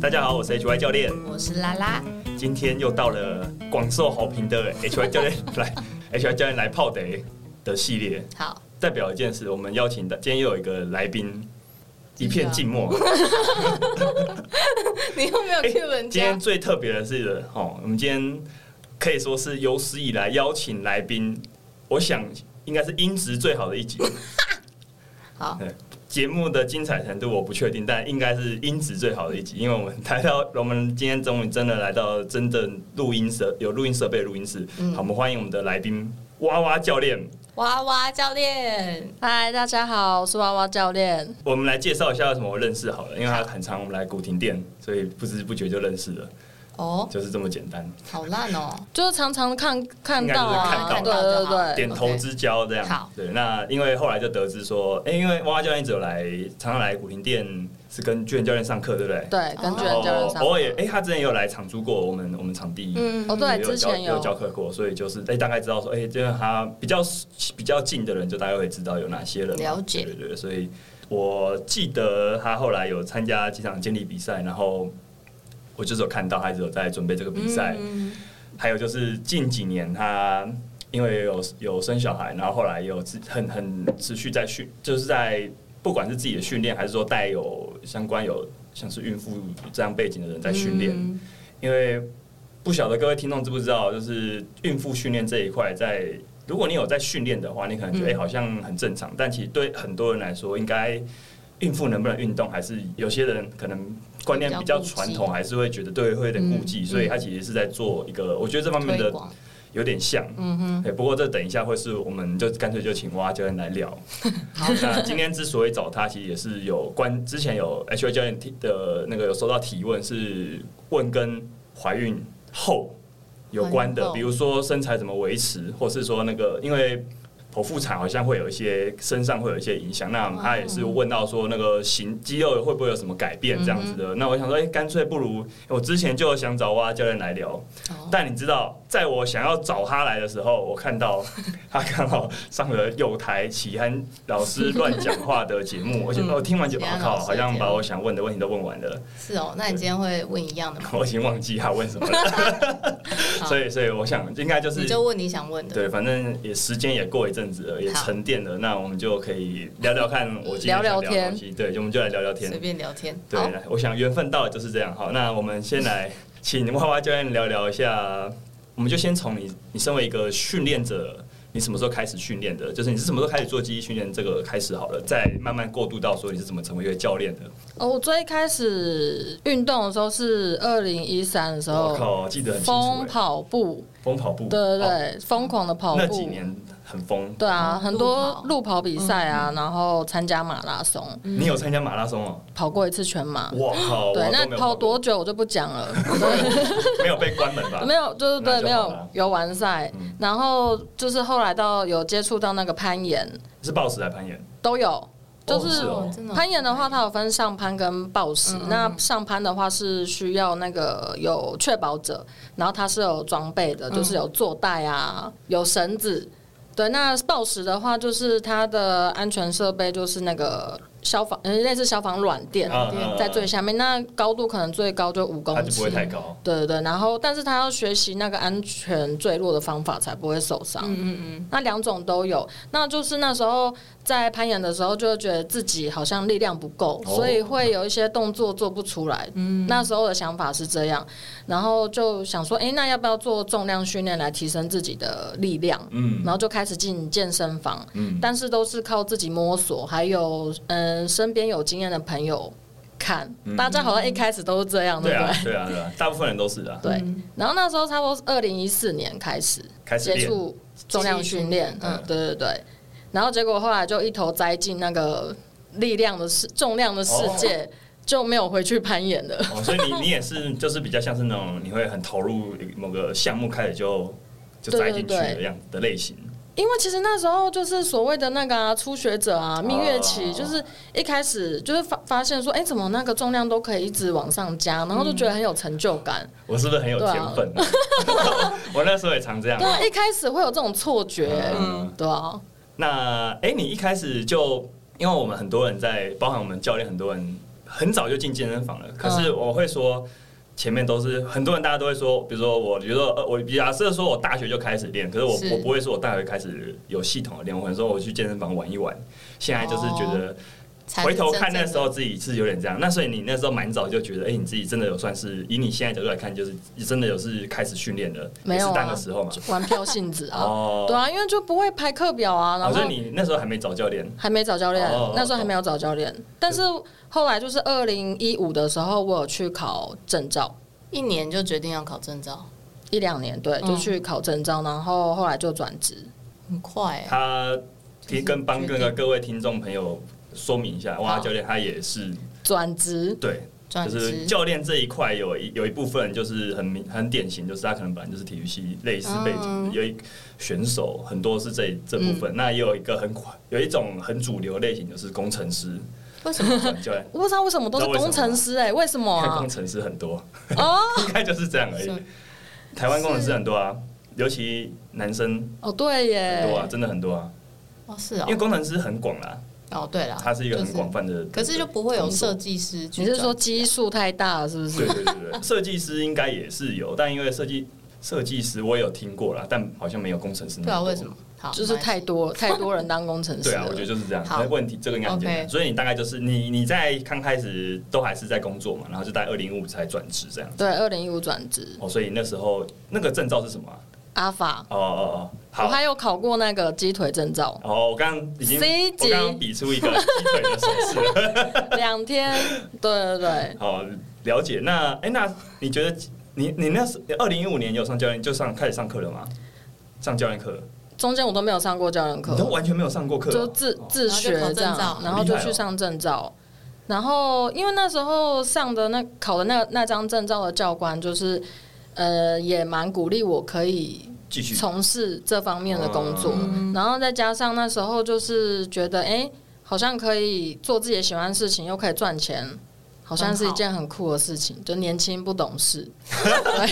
大家好，我是 HY 教练，我是拉拉，今天又到了广受好评的 HY 教练来 HY 教练来泡得的系列， 好，代表一件事，我们邀请的今天又有一个来宾，一片静 默。哎你又没有 Q 人今家哎天，最特别的是，哦，我们今天可以说是有史以来邀请来宾，我想应该是音质最好的一集。好，节目的精彩程度我不确定，但应该是音质最好的一集，因为我们来到， 我们今天终于真的来到真正录音设有录音设备的录音室。嗯好，我们欢迎我们的来宾哇哇教练，娃娃教练，嗨，大家好，我是娃娃教练。我们来介绍一下为什么我认识好了，因为他很常我们来古亭店，所以不知不觉就认识了，哦，就是这么简单，好烂哦，就是常常看看到应啊，该就是看对到对看对点头之交这样。呃好对，那因为后来就得知说，哎、因为哇哇教练只有来常常来古亭店是跟巨人教练上课，对不对？对，跟巨人教练上哦偶尔也，哎、他之前也有来场租过我们我们场地。嗯哦对也有之教前也有有教课过，所以就是哎、大概知道说，哎、就是他比较比较近的人，就大概会知道有哪些人嘛了解对对对，所以我记得他后来有参加几场健力比赛，然后我就是有看到他一直有在准备这个比赛，嗯还有就是近几年他因为有有生小孩，然后后来也有自很很持续在训，就是在不管是自己的训练，还是说带有相关有像是孕妇这样背景的人在训练，嗯因为不晓得各位听众知不知道，就是孕妇训练这一块在。如果你有在训练的话，你可能觉得、哎嗯诶好像很正常，但其实对很多人来说，应该孕妇能不能运动，还是有些人可能观念比较比较顾忌传统，还是会觉得对会有点顾忌，嗯所以嗯他其实是在做一个，我觉得这方面推的广，有点像，哎嗯哼，对，不过这等一下会是我们就干脆就请蛙教练来聊。 好那今天之所以找他，其实也是有关之前有 H Y 教练提的那个有收到提问，是问跟怀孕后有关怀孕的，后比如说身材怎么维持，或是说那个因为。剖腹产好像会有一些身上会有一些影响，哦那他也是问到说那个形肌肉会不会有什么改变这样嗯子的。那我想说，哎、干脆不如我之前就想找蛙教练来聊，哦但你知道，在我想要找他来的时候，我看到 他刚好上了有台启涵老师乱讲话的节目，而且我听完就启哇涵老靠，师好像的节把目我想问的问题都问完了， 是哦，那你今天会问一样的吗？我已经忘记他问什么了，好 所以所以我想应该就你是就问你想问的，对，反正也时间也过一阵子了，也好沉淀了，那我们就可以聊聊看我今天想聊聊聊的东天西，对，我们就来聊聊天随，便聊天，对好，，我想缘分到了就是这样。好，那我们先 来请花花教练聊聊一下，我们就先从你，你身为一个训练者，你什么时候开始训练的？就是你是什么时候开始做记忆训练这个开始好了，再慢慢过渡到说你是怎么成为一个教练的。哦，我最开始运动的时候是二零一三的时我候，靠，记得很清楚、呃疯欸，跑步，疯跑步，对对哦对，疯狂的跑那几步。年很疯。对啊，哦很路多跑路跑比赛嗯啊，然后参加马拉松，你有参加马拉松哦？跑过一次全马。我靠，啊对哦我，都那没有跑过多久我就不讲了。 没有被关门吧？没有，就是那对，就没好有啦有完赛，嗯然后就是后来到有接触到那个攀岩，是暴食还攀岩？都有，就哦是哦真的哦攀岩的话，它有分上攀跟抱石。嗯嗯那上攀的话是需要那个有确保者，然后它是有装备的，嗯就是有坐带啊，有绳子。对，那抱石的话，就是它的安全设备就是那个消防，嗯，类似消防软垫，啊对在最下面，那高度可能最高就五公它就不会尺。太高。对对对，然后但是他要学习那个安全坠落的方法，才不会受伤。嗯嗯那两种都有，那就是那时候在攀岩的时候，就会觉得自己好像力量不够，哦所以会有一些动作做不出来。嗯那时候的想法是这样，然后就想说，诶，那要不要做重量训练来提升自己的力量？嗯然后就开始进健身房，嗯，但是都是靠自己摸索，还有嗯身边有经验的朋友看。嗯大家好像一开始都是这样，对对不啊对？，对啊，对啊，大部分人都是的。对嗯然后那时候差不多是二零一四年开始，开始接练，触重量训练，嗯嗯，对对对。然后结果后来就一头栽进那个力量的世重量的世界，就没有回去攀岩了。哦，所以你你也是就是比较像是那种你会很投入某个项目开始就就栽进去对对的对样子的类型，因为其实那时候就是所谓的那个、啊、初学者啊，蜜月期，哦就是一开始就是发发现说，哎、怎么那个重量都可以一直往上加，然后就觉得很有成就感。我是不是很有天分、啊？ 我那时候也常这样对。啊，一开始会有这种错觉，嗯，对啊，那哎、诶你一开始就因为我们很多人在，包含我们教练很多人。很早就进健身房了，可嗯是我会说。前面都是很多人，大家都会说，比如说我，比如说呃我假设说我大学就开始练，可是我是我不会说我大学开始有系统的练，我可能说我去健身房玩一玩，现在就是哦觉得才回是头真看正那时的候自己是有点这样，那所以你那时候蛮早就觉得，哎、你自己真的有算是以你现在角度来看，就是真的有是开始训练的，没有啊也是那个时候嘛。玩票性质啊，哦对，啊，因为就不会排课表啊，然好后像你那时候还没找教练，还没找教练哦，那时候还没有找教练，但是后来就是二零一五的时候，我有去考证照。一年就决定要考证照，一两年，对，嗯就去考证照，然后后来就转职。很快欸、他提跟帮就各是决定个各位听众朋友说明一下，哇，好教练他也是转职，对转就是职教练这一块有一有一部分就是很明很典型，就是他可能本来就是体育系类似背景，嗯有一选手很多是这这部分。那也有一个很快有一种很主流类型，就是工程师为什么？转教练我不知道为什么都是你知道为工什么吗程师哎、为什么看啊工？程师很多，哦 应该就是这样而已是。台湾工程师很多啊，尤其男生哦，对很多啊，耶，真的很多啊，哦，是哦因为，工程师很广啦，哦，对了，它是一个很广就是泛的，可是就不会有设计师去你转。是说基数太大了是不对是？对对对，设计师应该也是有，但因为设计设计师我也有听过啦，但好像没有工程师那对啊？么多为什么？？好，就是太 多太多人当工程师对了。啊，我觉得就是这样。好问题这个应该很简单 OK 所以你大概就是你你在刚开始都还是在工作嘛，然后就在二零一五才转职这样。对，二零一五转职哦，所以那时候那个证照是什么啊、阿法，哦哦哦，我好。，还有考过那个鸡腿证照哦，我刚刚已经 C 级我刚刚比出一个鸡腿的手势了。两天。对对对， 好，了解。那哎、那你觉得你你那时二零一五年有上教练就上开始上课了吗？上教练课，中间我都没有上过教练课你，都完全没有上过课哦、就自哦自学然后就考这证照样，然后就好厉害去哦上证照。然后因为那时候上的那考的那那张证照的教官，就是呃也蛮鼓励我可以继续从事这方面的工作。嗯然后再加上那时候就是觉得，哎、好像可以做自己喜欢的事情，又可以赚钱。好像是一件很酷的事情，就年轻不懂事。 对，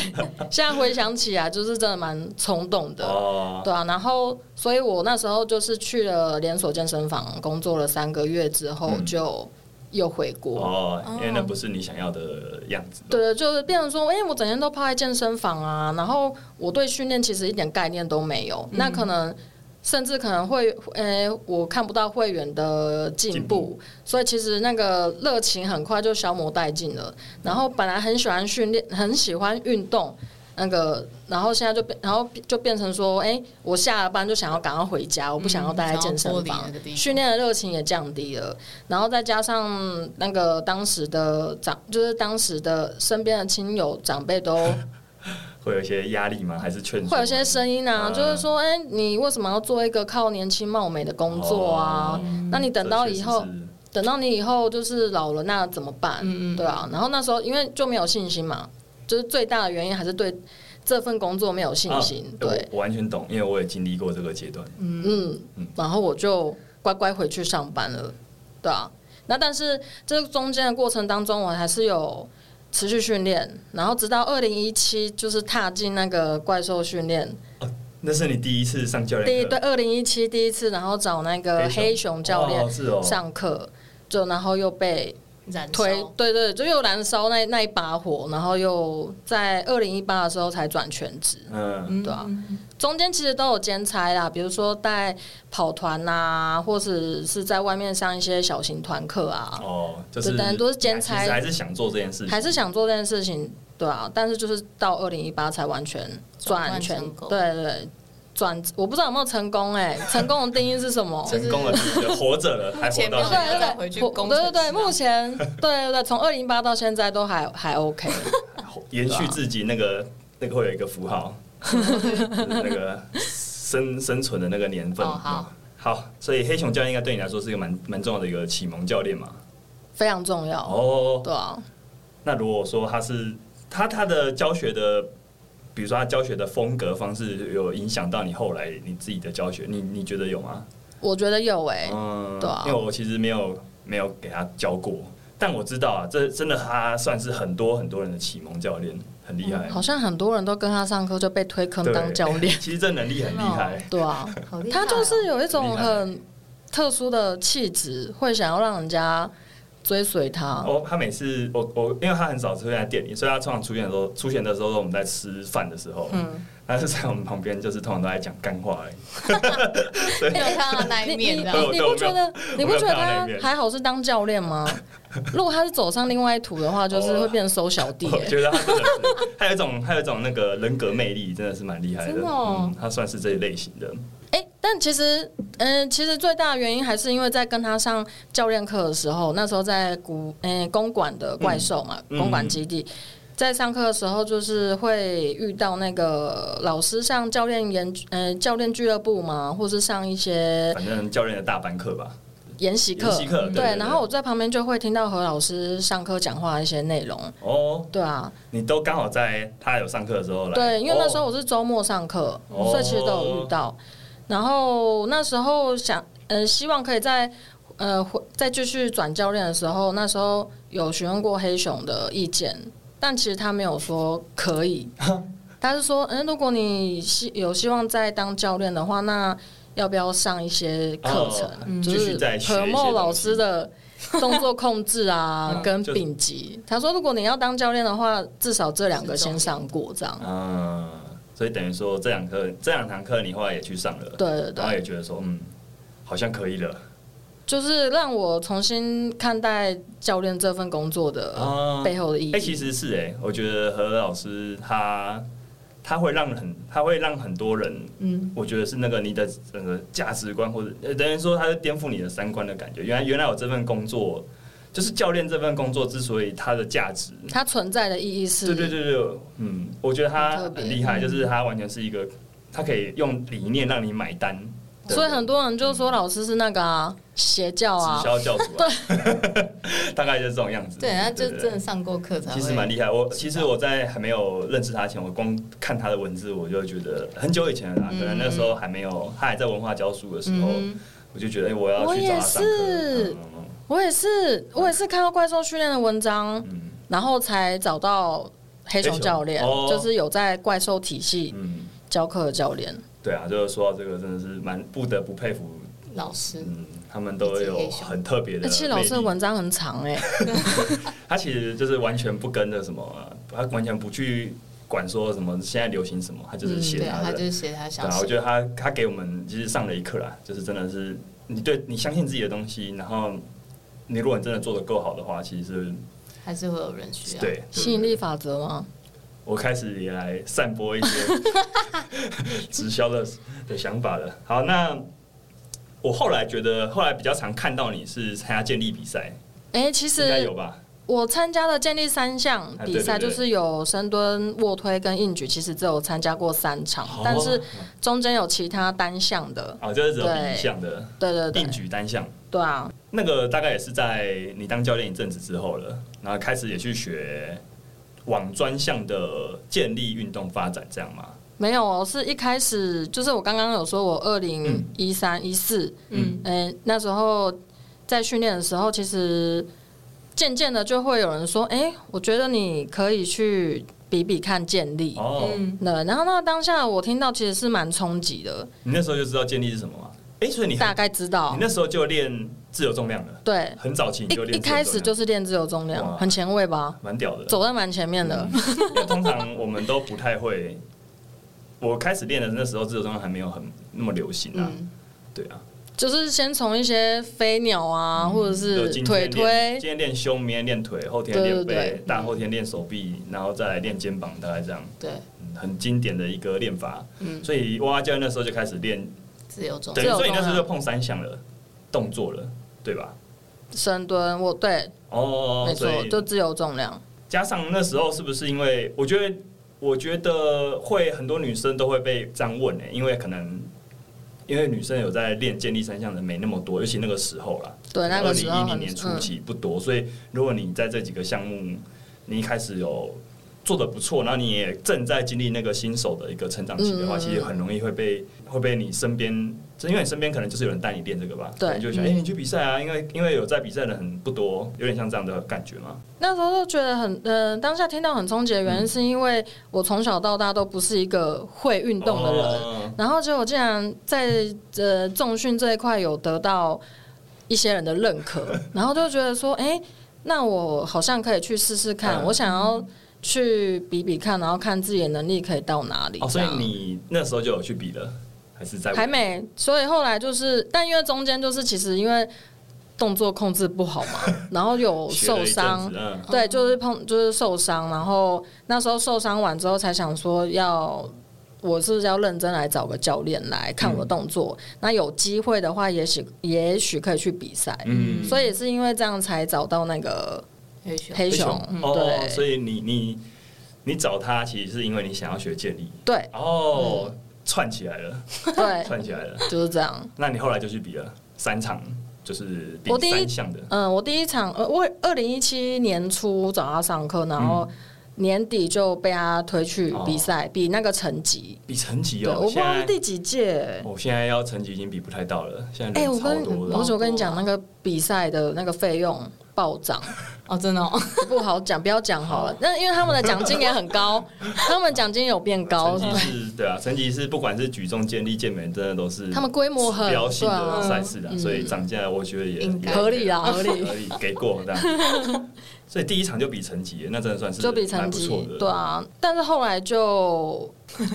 现在回想起来，就是真的蛮冲动的。哦，对啊，然后，所以我那时候就是去了连锁健身房工作了三个月之后，嗯就又回国。哦，因为哦那不是你想要的样子。对对，就是变成说，哎、我整天都泡在健身房啊，然后我对训练其实一点概念都没有。那可能甚至可能会，呃、我看不到会员的进进步步，所以其实那个热情很快就消磨殆尽了。然后本来很喜欢训练，很喜欢运动。那个，然后现在就变，然后就变成说，哎、我下了班就想要赶快回家，我不想要待在健身嗯想要房脱离那个地，方训练的热情也降低了。然后再加上那个当时的长，就是当时的身边的亲友长辈都会有一些压力吗？还是劝阻吗？会有些声音啊，嗯就是说，哎、你为什么要做一个靠年轻貌美的工作啊？那你你等到以后，等到你以后就是老了，那怎么办？嗯嗯对啊。然后那时候因为就没有信心嘛，就是最大的原因还是对这份工作没有信心。啊对，我我完全懂，因为我也经历过这个阶段。嗯嗯，然后我就乖乖回去上班了，对啊。那但是这中间的过程当中，我还是有持续训练，然后直到二零一七就是踏进那个怪兽训练，那是你第一次上教练课，第一对二零一七第一次，然后找那个黑黑熊教练哦是哦，上课，就然后又被燃烧推，对对，就又燃烧那那一把火，然后又在二零一八的时候才转全职，嗯，嗯对啊嗯中间其实都有兼差啦，比如说带跑团啊，或者是在外面上一些小型团课啊，哦，就是对等于都是兼差其实还是想做这件事情，还是想做这件事情，对啊，但是就是到二零一八才完全转转换全成，功对对对转，我不知道有没有成功哎、 成功的定义是什么？成功了，就是活着了，还活前到面现在，的对再对回去对，工对程对对，师目前对对对，从二零一八到现在都还还 OK，延续自己那个那个会有一个符 号，就是那个生生存的那个年份。哦好好，所以黑熊教练应该对你来说是一个蛮蛮重要的一个启蒙教练嘛。非常重要，哦，对啊，那如果说他是他他的教学的，比如说他教学的风格方式有影响到你后来你自己的教学，你你觉得有吗？我觉得有哎、嗯对啊因为我其实没有没有给他教过，但我知道啊，这真的他算是很多很多人的启蒙教练，很厉害。好像很多人都跟他上课就被推坑对嗯当教练， 其实这能力很厉害。对啊，好厉害他哦就是有一种很很特殊的气质，会想要让人家追随他。哦我哦他每次我我，因为他很少出现在店里，所以他通常出现的时候，出现的时候我们在吃饭的时候，嗯，他就在我们旁边，就是通常都在讲干话哎而已。没有看到那一你你面你的对我你不觉得你不我没觉有得看到那一他面还好是当教练吗？如果他是走上另外一途的话，就是哦会变成 收小弟、我欸。觉得他真的是，他有一种他有一种那个人格魅力，真的是蛮厉害的。真的哦嗯，他算是这一类型的。哎、但其实，嗯、其实最大的原因还是因为在跟他上教练课的时候，那时候在古，嗯、公馆的怪兽嘛，嗯公馆基地，在上课的时候，就是会遇到那个老师上教练研，呃，教练俱乐部嘛，或是上一些反正教练的大班课吧，研习研课，习课。对，然后我在旁边就会听到何老师上课讲话的一些内容，哦，对啊，你都刚好在他有上课的时候来。对，因为那时候哦我是周末上课，哦所以其实都有遇到。然后那时候想，呃，希望可以在呃回再继续转教练的时候，那时候有询问过黑熊的意见，但其实他没有说 可以，他是说，嗯、如果你希有希望再当教练的话，那要不要上一些课程，嗯哦就继续是再学一些 promo 东老西哦师的动作控制啊 嗯，跟就是丙级。他说，如果你要当教练的话，至少这两个是重先点上过这样。嗯，所以等于说这两课这两堂课你后来也去上了，对对然后对，也觉得说嗯，好像可以了就是让我重新看待教练这份工作的啊背后的意义。哎、其实是哎、我觉得何老师他他会让很他会让很多人，嗯，我觉得是那个你的整个价值观或者呃等于说他是颠覆你的三观的感觉。原来原来我这份工作就是教练这份工作之所以它的价值，它存在的意义是，对对对对，嗯，我觉得他很特别嗯很厉害，就是他完全是一个他可以用理念让你买单，对所以很多人就说老师是那个啊邪教直啊，销教主、啊， 大概就是这种样子。对，那就真的上过课才其会。实蛮厉害。我其实我在还没有认识他前，我光看他的文字，我就觉得很久以前了啦，嗯可能那时候还没有他还在文化教书的时候，嗯我就觉得哎、我要我去也找他上课。是嗯嗯我也是，我也是看到怪兽训练的文章，嗯然后才找到黑黑熊熊教练，哦就是有在怪兽体系嗯，教课的教练。对啊，就是说到这个，真的是蛮不得不佩服，老师，嗯，他们都有很特别的而魅力。且哎老师的文章很长哎、嗯他其实就是完全不跟着什么啊，他完全不去管说什么现在流行什么，他就是嗯写对他啊，他的。就是写他对想啊，我写。觉得他他给我们其实上了一课啦，就是真的是你对你相信自己的东西，然后你如果你真的做的够好的话，其实还是啊会有人需是要。，对吸引力。法则吗？我开始也来散播一些直销的的想法了。好，那我后来觉得，后来比较常看到你是参加健力比赛，哎、其应该实有吧？我参加的建立三项啊比赛，对对对就是有深蹲、卧推跟硬举，其实只有参加过三场，啊但是中间有其他单项的，哦，就是只有对比一项的对对对硬，举单项。对啊，那个大概也是在你当教练一阵子之后了，然后开始也去学往专项的建立运动发展，这样嘛？没有哦，是一开始就是我刚刚有说，我二嗯零一三一四，嗯，嗯，那时候在训练的时候，其实渐渐的就会有人说，哎、我觉得你可以去比比看建立。哦，嗯，对，然后那当下我听到其实是蛮冲击的，你那时候就知道建立是什么吗？哎、所以你大很概知道你，那时候就练自由重量了，对，很早期你就一一练自由重量，开始就是练自由重哇量，很前卫吧？蛮屌的。嗯走在蛮前面的，因为通常我们都不太会，我开始练的那时候自由重量还没有很那么流行啊，嗯，对啊， 就是先从一些飞鸟啊，嗯或者就是今天腿练推今，天练胸，明天练腿，后天对练对背对，大后天练手臂，然后再练肩膀，大概这样。对，嗯很经典的一个练法，嗯，所以哇哇教练那时候就开始练，自由重对，哦自由啊所以你那重时候量就碰三项了，动作了，对吧？深蹲，我对，哦没，所错，以就自由重量。加上那时候是不是因为我觉得，我觉得会很多女生都会被这样问呢、因为可能因为女生有在练健力三项的没那么多，尤其那个时候啦，对，那二个零时候一零很嗯年初期不多，所以如果你在这几个项目，你一开始有做的不错，然后你也正在经历那个新手的一个成长期的话，嗯嗯嗯其实很容易会被会被你身边，就因为你身边可能就是有人带你练这个吧，对可能就想哎、嗯诶你去比赛啊，因为因为有在比赛的很不多，有点像这样的感觉嘛，嗯那时候就觉得很，呃，当下听到很冲击的嗯原因，是因为我从小到大都不是一个会运动的人，哦然后结果竟然在呃重训这一块有得到一些人的认可，然后就觉得说，哎、那我好像可以去试试看，嗯我想要去比比看，然后看自己的能力可以到哪里。哦，所以这样你那时候就有去比了，还是在还没，所以后来就是，但因为中间就是其实因为动作控制不好嘛，然后有 学了受一阵伤子，嗯，对，就是碰就是受伤，然后那时候受伤完之后才想说要。我是不是要认真来找个教练来看嗯我的动作？那有机会的话也，许也许可以去比赛。嗯所以也是因为这样才找到那个黑熊黑熊，嗯哦，对所以你你你找他，其实是因为你想要学建立对哦，串起来了，对，串起来了。就是这样。那你后来就去比了三场，就是比我第一三项的，嗯，我第一场，呃，我二零一七年初找他上课，然嗯后年底就被他推去比赛，比那个成绩。比成绩对，哦。我不知现道是在第几届。我现在要成绩已经比不太到了，现在哎、人我超跟多啊我了。只我跟你讲，那个比赛的那个费用暴涨，哦，真的哦，不好讲，不要讲好了。那因为他们的奖金也很高，他们奖金有变高，成绩是，对啊，成绩是不管是举重、健力、健美，真的都是他们规模很指标性对的啊，赛事的，所以涨价我觉得也应该也 合理啦，合理。合理给过这样。 所以第一场就比成绩了，那真的算是就比成蛮不错绩，的。对啊。但是后 来就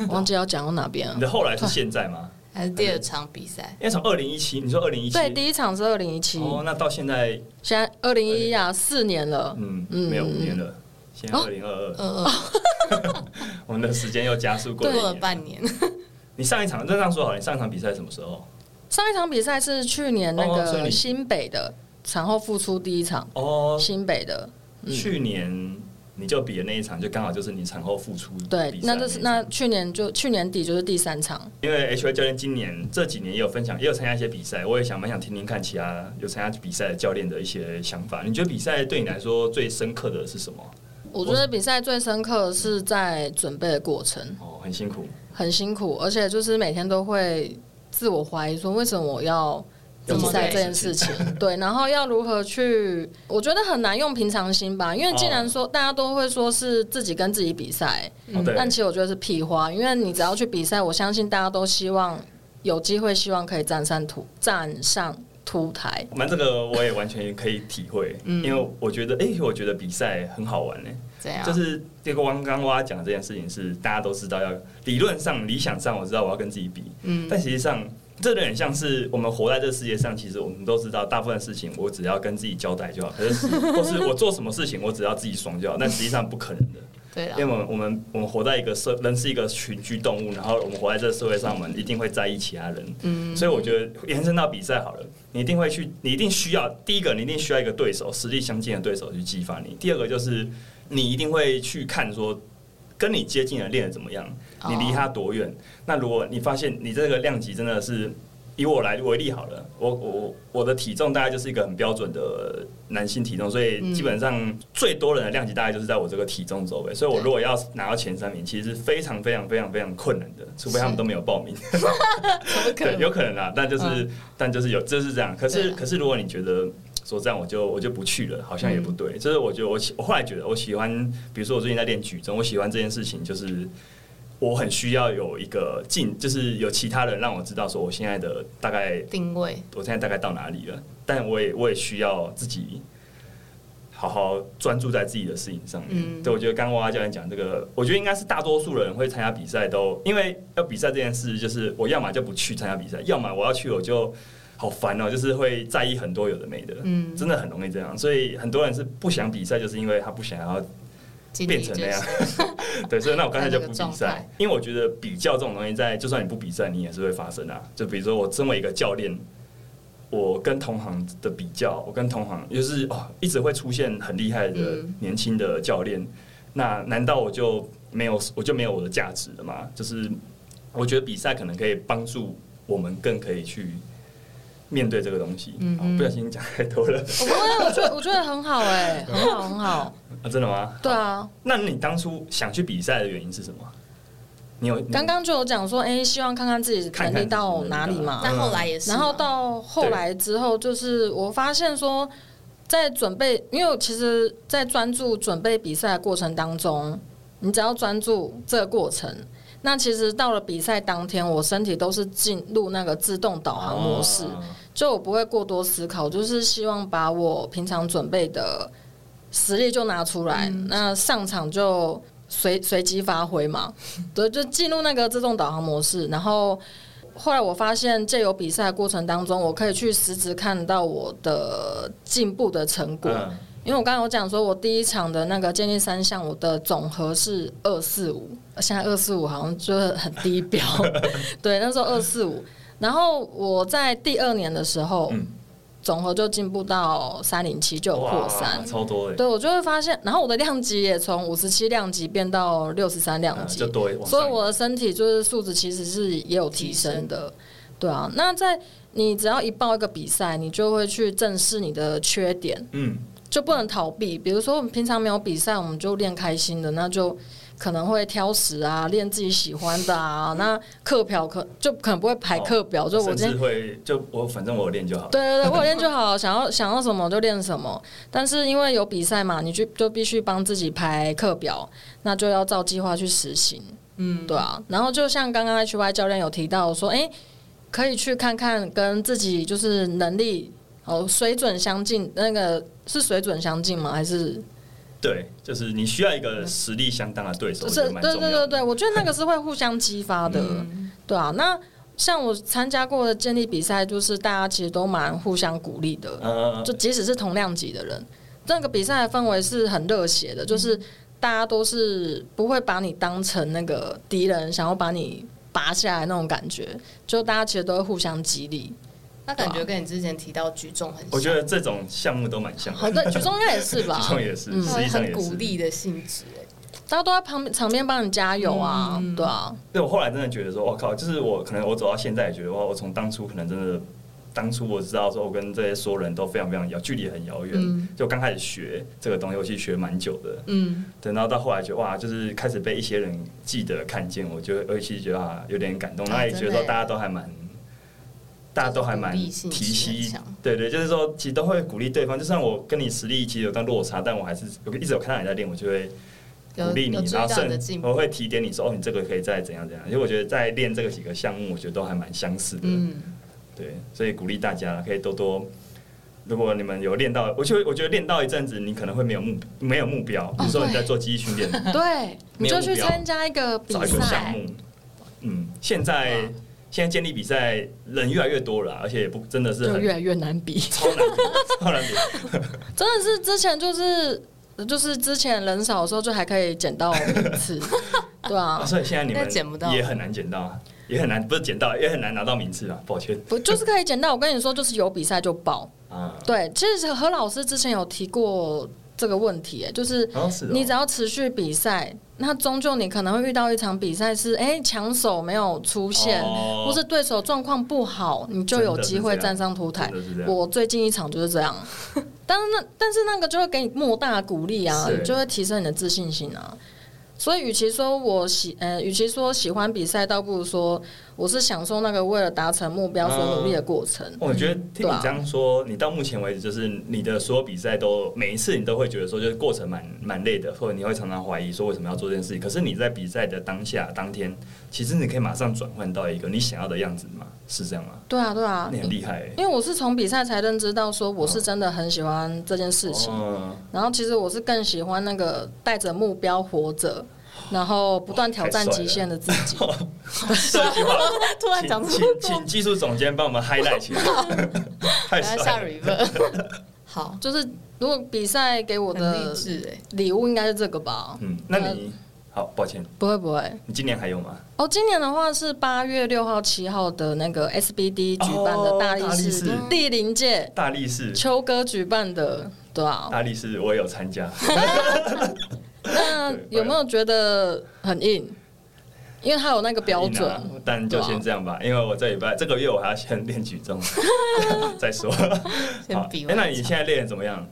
忘记要讲到哪边了你。的后来是现在吗？还是第二场比赛，因为从二零一七，你说二零一七，对，第一场是二零一七，哦，那到现在，现在二零一一啊，四年了。嗯，嗯哦没有五年了，现在二零二二，呃， 我们的时间又加速过过了一了年。半年，你上一场，那这样说好了，你上一场比赛什么时候？上一场比赛是去年那哦所以个你新北的产后复出第一场，哦，新北的。嗯去年你就比的那一场，就刚好就是你产后复出对比，赛那就是一场那去年就去年底就是第三场，因为 H Y 教练今年这几年也有分享，也有参加一些比赛，我也想蛮想听听看其他有参加比赛的教练的一些想法。你觉得比赛对你来说最深刻的是什么？我觉哦得比赛最深刻的是在准备的过程，哦，很辛苦，很辛苦，而且就是每天都会自我怀疑说为什么我要要比做赛这件事事情， 对，然后要如何去，我觉得很难用平常心吧，因为既哦然说大家都会说是自己跟自己比赛，情。哦，对，但其实我觉得是屁话，因为你只要去比赛，我相信大家都希望有机会，希望可以站上土站上凸台。 蛮这个我也完全可以体会，嗯因为我觉得，哎、我觉得比赛很好玩呢、怎样？就是这个刚刚我讲的这件事情是大家都知道要理论上、理想上，我知道我要跟自己比，嗯但实际上，这有点像是我们活在这世界上，其实我们都知道，大部分事情我只要跟自己交代就好，可是或是我做什么事情我只要自己爽就好，但实际上不可能的，对啊因为我了，们我们我们活在一个社，人是一个群居动物，然后我们活在这个社会上，我们一定会在意其他人，嗯，所以我觉得延伸到比赛好了，你一定会去，你一定需要第一个，你一定需要一个对手，实力相近的对手去激发你；第二个就是你一定会去看说跟你接近的练的怎么样，哦你离他多远。那如果你发现你这个量级真的是以我来为例好了，我我我的体重大概就是一个很标准的男性体重，所以基本上最多人的量级大概就是在我这个体重周围，所以我如果要拿到前三名，其实是非常非常非常非常困难的，除非他们是都没有报 名。 有可对，能有可能啦，但就是、嗯但就是有，就是这样。可是对啊可是，如果你觉得说这样，我就我就不去了，好像也不对。就是我觉得我喜，我后来觉得我喜欢，比如说我最近在练举重，我喜欢这件事情，就是我很需要有一个进，就是有其他人让我知道说我现在的大概，定位，我现在大概到哪里了。但我也我也需要自己。好好专注在自己的事情上面。嗯对，我觉得刚刚娃娃教练讲这个，我觉得应该是大多数人会参加比赛都，因为要比赛这件事，就是我要么就不去参加比赛，要么我要去我就好烦哦、就是会在意很多有的没的，嗯真的很容易这样。所以很多人是不想比赛，就是因为他不想要经变理成就那样是。 对，所以那我干脆就不比在那个状赛态，因为我觉得比较这种东西在，就算你不比赛，你也是会发生啊。就比如说我身为一个教练，我跟同行的比较，我跟同行就是哦，一直会出现很厉害的嗯年轻的教练，那难道我就没有我就没有我的价值了吗？就是我觉得比赛可能可以帮助我们更可以去。面对这个东西，嗯哦不小心讲太多了 我不会，我觉得我觉得很好哎、很好很好。啊！真的吗？对啊，那你当初想去比赛的原因是什么？你有你嗯刚刚就有讲说，哎、希望看看自己看看能力到哪里嘛。但后来也是嘛，然后到后来之后，就是我发现说，在准备，因为我其实，在专注准备比赛的过程当中，你只要专注这个过程，那其实到了比赛当天，我身体都是进入那个自动导航模式，哦就我不会过多思考，就是希望把我平常准备的实力就拿出来，那上场就随随机发挥嘛。对，就进入那个自动导航模式。然后后来我发现，借由比赛过程当中，我可以去实质看到我的进步的成果。嗯，因为我刚刚有讲说，我第一场的那个建立三项，我的总和是二四五，现在二四五好像就是很 低标，对，那时候二四五。然后我在第二年的时候，嗯总和就进步到三零七，就有破三哇。超多的，对，我就会发现，然后我的量级也从五十七量级变到六十三量嗯级，就多往上所以我的身体就是素质其实是也有提升的，对啊。那在你只要一报一个比赛，你就会去正视你的缺点，嗯，就不能逃避。比如说我们平常没有比赛，我们就练开心的，那就可能会挑食啊，练自己喜欢的啊。那课表可就可能不会排课表，就我嗯哦甚今至天。会就我反正我有练就好，对对对，我有练就好，想要想要什么就练什么。但是因为有比赛嘛，你就就必须帮自己排课表，那就要照计划去实行。嗯，对啊，然后就像刚刚 HY 教练有提到说，哎、可以去看看跟自己就是能力哦水准相近，那个是水准相近吗？还是对，就是你需要一个实力相当的对手，就我是觉得蛮对重要对对的。嗯对，我觉得那个是会互相激发嗯的，对啊。那像我参加过的建立比赛，就是大家其实都蛮互相鼓励的，呃，就即使是同量级的人，那个比赛的氛围是很热血的，就是嗯大家都是不会把你当成那个敌人，想要把你拔下来那种感觉，就大家其实都会互相激励。那感觉跟你之前提到举重很像，啊我觉得这种项目都蛮像的，好，对，举重应该也是吧举，重也是，嗯实际上很也鼓是。励的性质，哎大家都在旁边场边帮你加油啊，嗯对啊，对我后来真的觉得说，我靠，就是我可能我走到现在也觉得哇，我从当初可能真的，当初我知道说我跟这些所有人都非常非常遥，距离很遥远。嗯就刚开始学这个东西，我其实学蛮久的。嗯，等到到后来觉得哇，就是开始被一些人记得看见，我就而且觉得啊有点感动，啊然后也觉得真的说耶大家都还蛮。大家都还蛮就是鼓励提性质很携强，对对，就是说，其实都会鼓励对方。就算我跟你实力其实有段落差，但我还是有一直有看到你在练，我就会有鼓励有你，注然意后到甚你的进我步，会提点你说，哦，你这个可以再怎样怎样。因为我觉得在练这个几个项目，我觉得都还蛮相似的，嗯，对，所以鼓励大家可以多多。如果你们有练到，我就我觉得练到一阵子，你可能会没有目没有目标，比如哦说你在做记忆训 练，对，你没有就目标去参加一个比找一个项赛，目。嗯，现在哇现在建立比赛人越来越多了啊，而且也不真的是就很越来越难比。超难比，超难比。 真的是之前就是就是之前人少的时候，就还可以捡到名 次，对啊啊，所以现在你那捡不们到也很难捡到啊，也很难不是捡到，也很难拿到名次啊，抱歉不就是可以捡到？我跟你说，就是有比赛就报。啊。对，其实何老师之前有提过这个问题，欸就是然后是哦你只要持续比赛，那终究你可能会遇到一场比赛是哎强、手没有出现，哦或是对手状况不好，你就有机会站上凸台真的是这。样我最近一场就是这样， 但是那但是那个就会给你莫大的鼓励啊，是就会提升你的自信心啊。所以，与其说我喜，呃，与其说喜欢比赛，倒不如说我是享受那个为了达成目标所努力的过程。我觉得听对你啊这样说，你到目前为止就是你的所有比赛都每一次你都会觉得说，就是过程蛮蛮累的，或者你会常常怀疑说为什么要做这件事情。可是你在比赛的当下当天，其实你可以马上转换到一个你想要的样子嘛，是这样吗？对啊，对啊，你很厉害、欸，因为我是从比赛才认知到，说我是真的很喜欢这件事情。嗯，然后其实我是更喜欢那个带着目标活着，然后不断挑战极限的哦自己。这句话突然讲出请请请技术总监帮我们 highlight 起来，太来呃下帅了 r e v e r 好，就是如果比赛给我很的励志哎，礼物应该是这个吧？嗯，那你好，抱歉，不会不会你今年还有吗？哦，今年的话是八月六号、七号的那个 SBD 举办的哦大力大力士士第零届大力士，秋哥举办的，对啊。大力士，我也有参加。那对有没有觉得很硬？因为它有那个标准，很硬啊但就先这样吧，因为我这礼拜这个月我还要先练举 重，再说。好，先比哎完那你现在练得怎么样？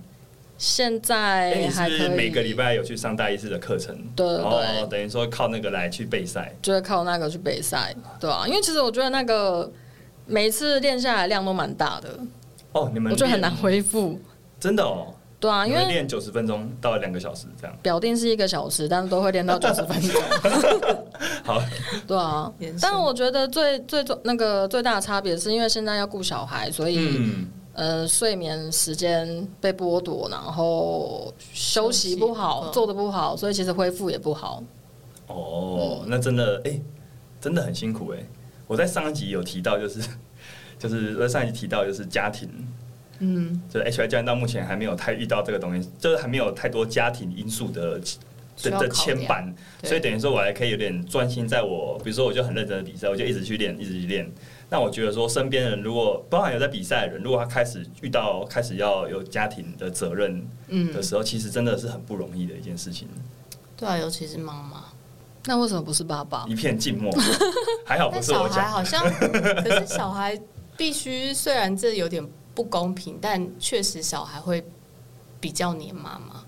现哎，在你是还不可以。是每个礼拜有去上大一次的课程？对对哦，等于说靠那个来去备赛。就会靠那个去备赛，对啊，因为其实我觉得那个每一次练下来量都蛮大的，哦，你们我觉得很难练，恢复，真的哦。对啊，你因们为练九十分钟到两个小时这样。表定是一个小时，但是都会练到九十分钟， 好， 对啊延伸。但我觉得最最重那个最大的差别是因为现在要顾小孩，所以嗯，呃睡眠时间被剥夺，然后休息不休息好，嗯做的不好，所以其实恢复也不好。哦，那真的，哎、真的很辛苦哎、我在上一集有提到，就是 就是在上一集提到，就是家庭，嗯，就是 HY 家人到目前还没有太遇到这个东西，就是还没有太多家庭因素的需的要的考牵量绊，对所以等于说我还可以有点专心在我，比如说我就很认真的比赛，我就一直去练，一直去练。那我觉得说，身边人如果包含有在比赛的人，如果他开始遇到开始要有家庭的责任嗯的，时候，其实真的是很不容易的一件事情，对啊，尤其是妈妈，那为什么不是爸爸？一片静 默。还好啊不但是小我孩讲，好 像，可是小孩必须，虽然这有点不公平，但确实小孩会比较黏妈妈。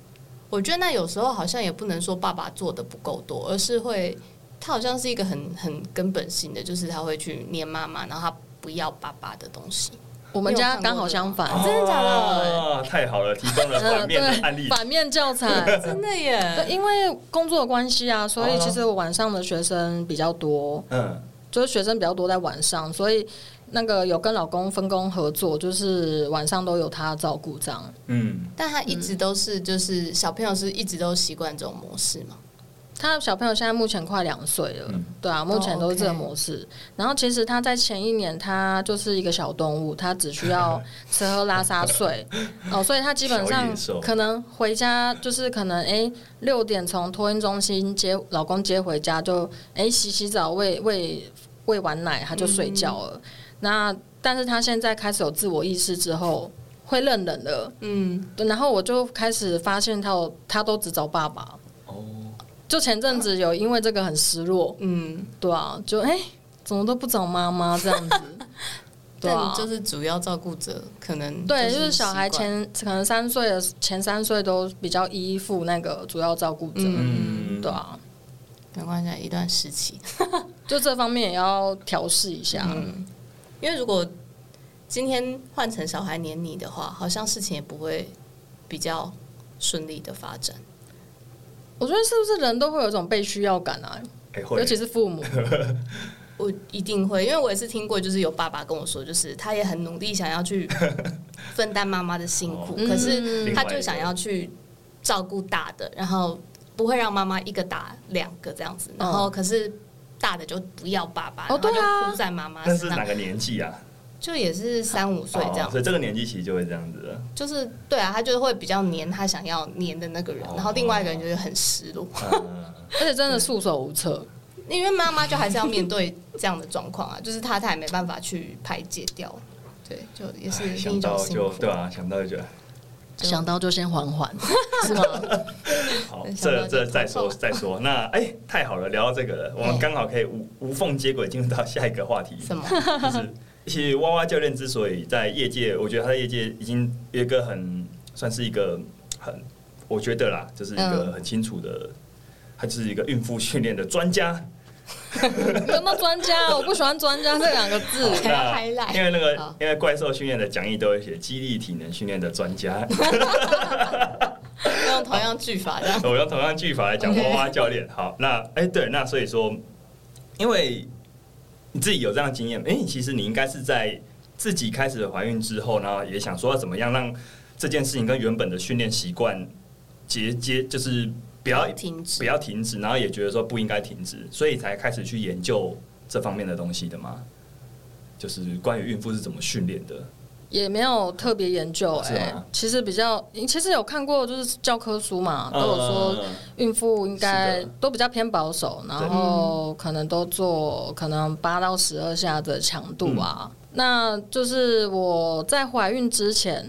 我觉得那有时候好像也不能说爸爸做的不够多，而是会他好像是一个很很根本性的，就是他会去黏妈妈，然后他不要爸爸的东 西。我们家刚好相反，呃真的假的呃哦太好了，提供了反面的案例对，。反面教材。真的对，耶，因为工作的关系啊，所哦以其实我晚上的学生比较多，嗯，就是学生比较多在晚上，所以那个有跟老公分工合作，就是晚上都有他照顾这样。嗯，但他一直都是就是小朋友是一直都习惯这种模式嘛。他小朋友现在目前快两岁了，嗯对啊，目前都是这个模式。然后其实他在前一年，他就是一个小动物，他只需要吃喝拉 撒睡哦，所以他基本小上野兽可能回家就是可能哎六、点从托婴中心接老公接回家就哎、洗洗澡喂喂喂完奶他就睡觉了。那但是他现在开始有自我意识之后会认人了，嗯，对然后我就开始发现他有他都只找爸爸。哦，就前阵子有因为这个很失落，嗯，对啊，就哎、怎么都不找妈妈这样子，对啊但，就是主要照顾者可能对，就是小孩习惯前可能三岁的前三岁都比较依附那个主要照顾者，嗯，对啊，没关系啊，一段时期。就这方面也要调试一下，嗯，因为如果今天换成小孩黏你的话，好像事情也不会比较顺利的发展。我觉得是不是人都会有一种被需要感啊，哎会尤，其是父母，我一定会，因为我也是听过，就是有爸爸跟我说，就是他也很努力想 要去分担妈妈的辛苦，哦可是另嗯他外一就个想要去照顾大的，然后不会让妈妈一个打两个这样子，然后可是大的就不要爸爸，嗯哦然后对啊就扑在妈妈那身是哪上，个年纪啊？就也是三五岁这样哦所以这个年纪其实就会这样子了。就是对啊，他就会比较黏他想要黏的那个人哦，然后另外一个人就是很失落，嗯而且真的束手无策，因为妈妈就还是要面对这样的状况啊， 就是他他也没办法去排解掉，对，就 也是哎另一想种到辛就苦。 对啊，想到就觉得就 想到就先缓缓，是吗？好，对想这到就这再头痛说再说。那哎、太好了，聊到这个了，我们刚好可以无无缝接轨进入到下一个话题，什么？就是 其实蛙蛙教练之所以在业界，我觉得他在业界已经有一个很算是一个很，我觉得啦，就是一个很清楚的，他就是一个孕妇训练的专家。用到专家，我不喜欢专家这两个字，好那 highlight 因为那个好因为怪兽训练的讲义都会写激励体能训练的专家，用同样句法这样？ 我用同样句法来讲 OK 花花教练。好，那哎、对，那所以说，因为你自己有这样的经验，哎、其实你应该是在自己开始怀孕之后，然后也想说要怎么样让这件事情跟原本的训练习惯结结，就是不要停不止。要停止，然后也觉得说不应该停止，所以才开始去研究这方面的东西的嘛。就是关于孕妇是怎么训练的，也没有特别研究、是哎、吗其实比较，其实有看过，就是教科书嘛，哦都有说嗯孕妇应该是的都比较偏保守，然后可能都做可能八到十二下的强嗯度啊。那就是我在怀孕之前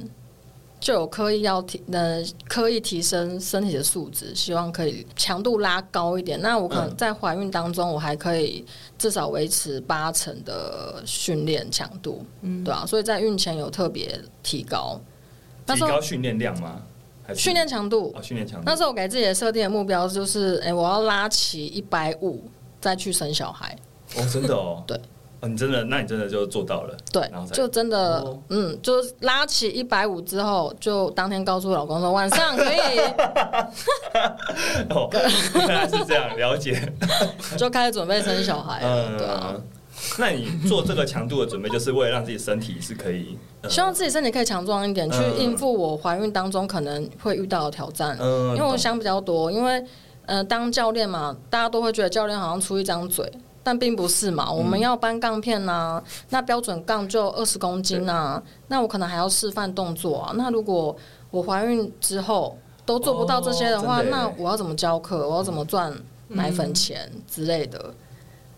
就有刻意要提，呃，刻意提升身体的素质，希望可以强度拉高一点。那我可能嗯在怀孕当中，我还可以至少维持八成的训练强度。嗯，对啊，所以在孕前有特别提高，那提时候高训练量吗？还是训练强度。哦，训练强度那时候我给自己的设定的目标就是，哎、我要拉起一百五再去生小孩。哦，真的哦， 对，哦，你真的，那你真的就做到 了，对然后，才就真的，哦嗯，就是拉起一百五之后，就当天告诉老公说晚上可 以，哦，原来是这样，了解，就开始准备生小孩了。对啊，嗯，那你做这个强度的准备，就是为了让自己身体是可以，呃希望自己身体可以强壮一点，去嗯应付我怀孕当中可能会遇到的挑战。嗯，因为我懂想比较多，因为呃，当教练嘛，大家都会觉得教练好像出一张嘴，但并不是嗯嘛。我们要搬杠片呐、那标准杠就二十公斤呐、啊那我可能还要示范动作啊。那如果我怀孕之后都做不到这些的话，哦真的耶那我要怎么教课？我要怎么赚奶粉钱之类的？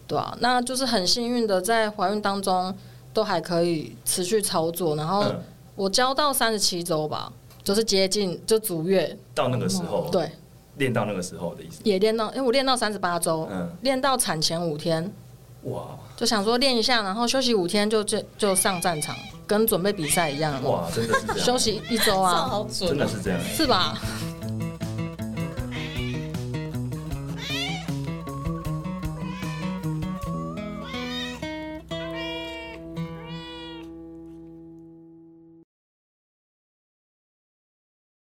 对啊，那就是很幸运的在怀孕当中都还可以持续操作，然后嗯我教到三十七周吧，就是接近就足月，到那个时候，对，练到那个时候的意思。也练到，因为我练到三十八周，嗯，练到产前五天，哇就想说练一下，然后休息五天就就就上战场，跟准备比赛一样，哇，真的是这样，休息一周这样啊，好真准的哦，是这样。是吧？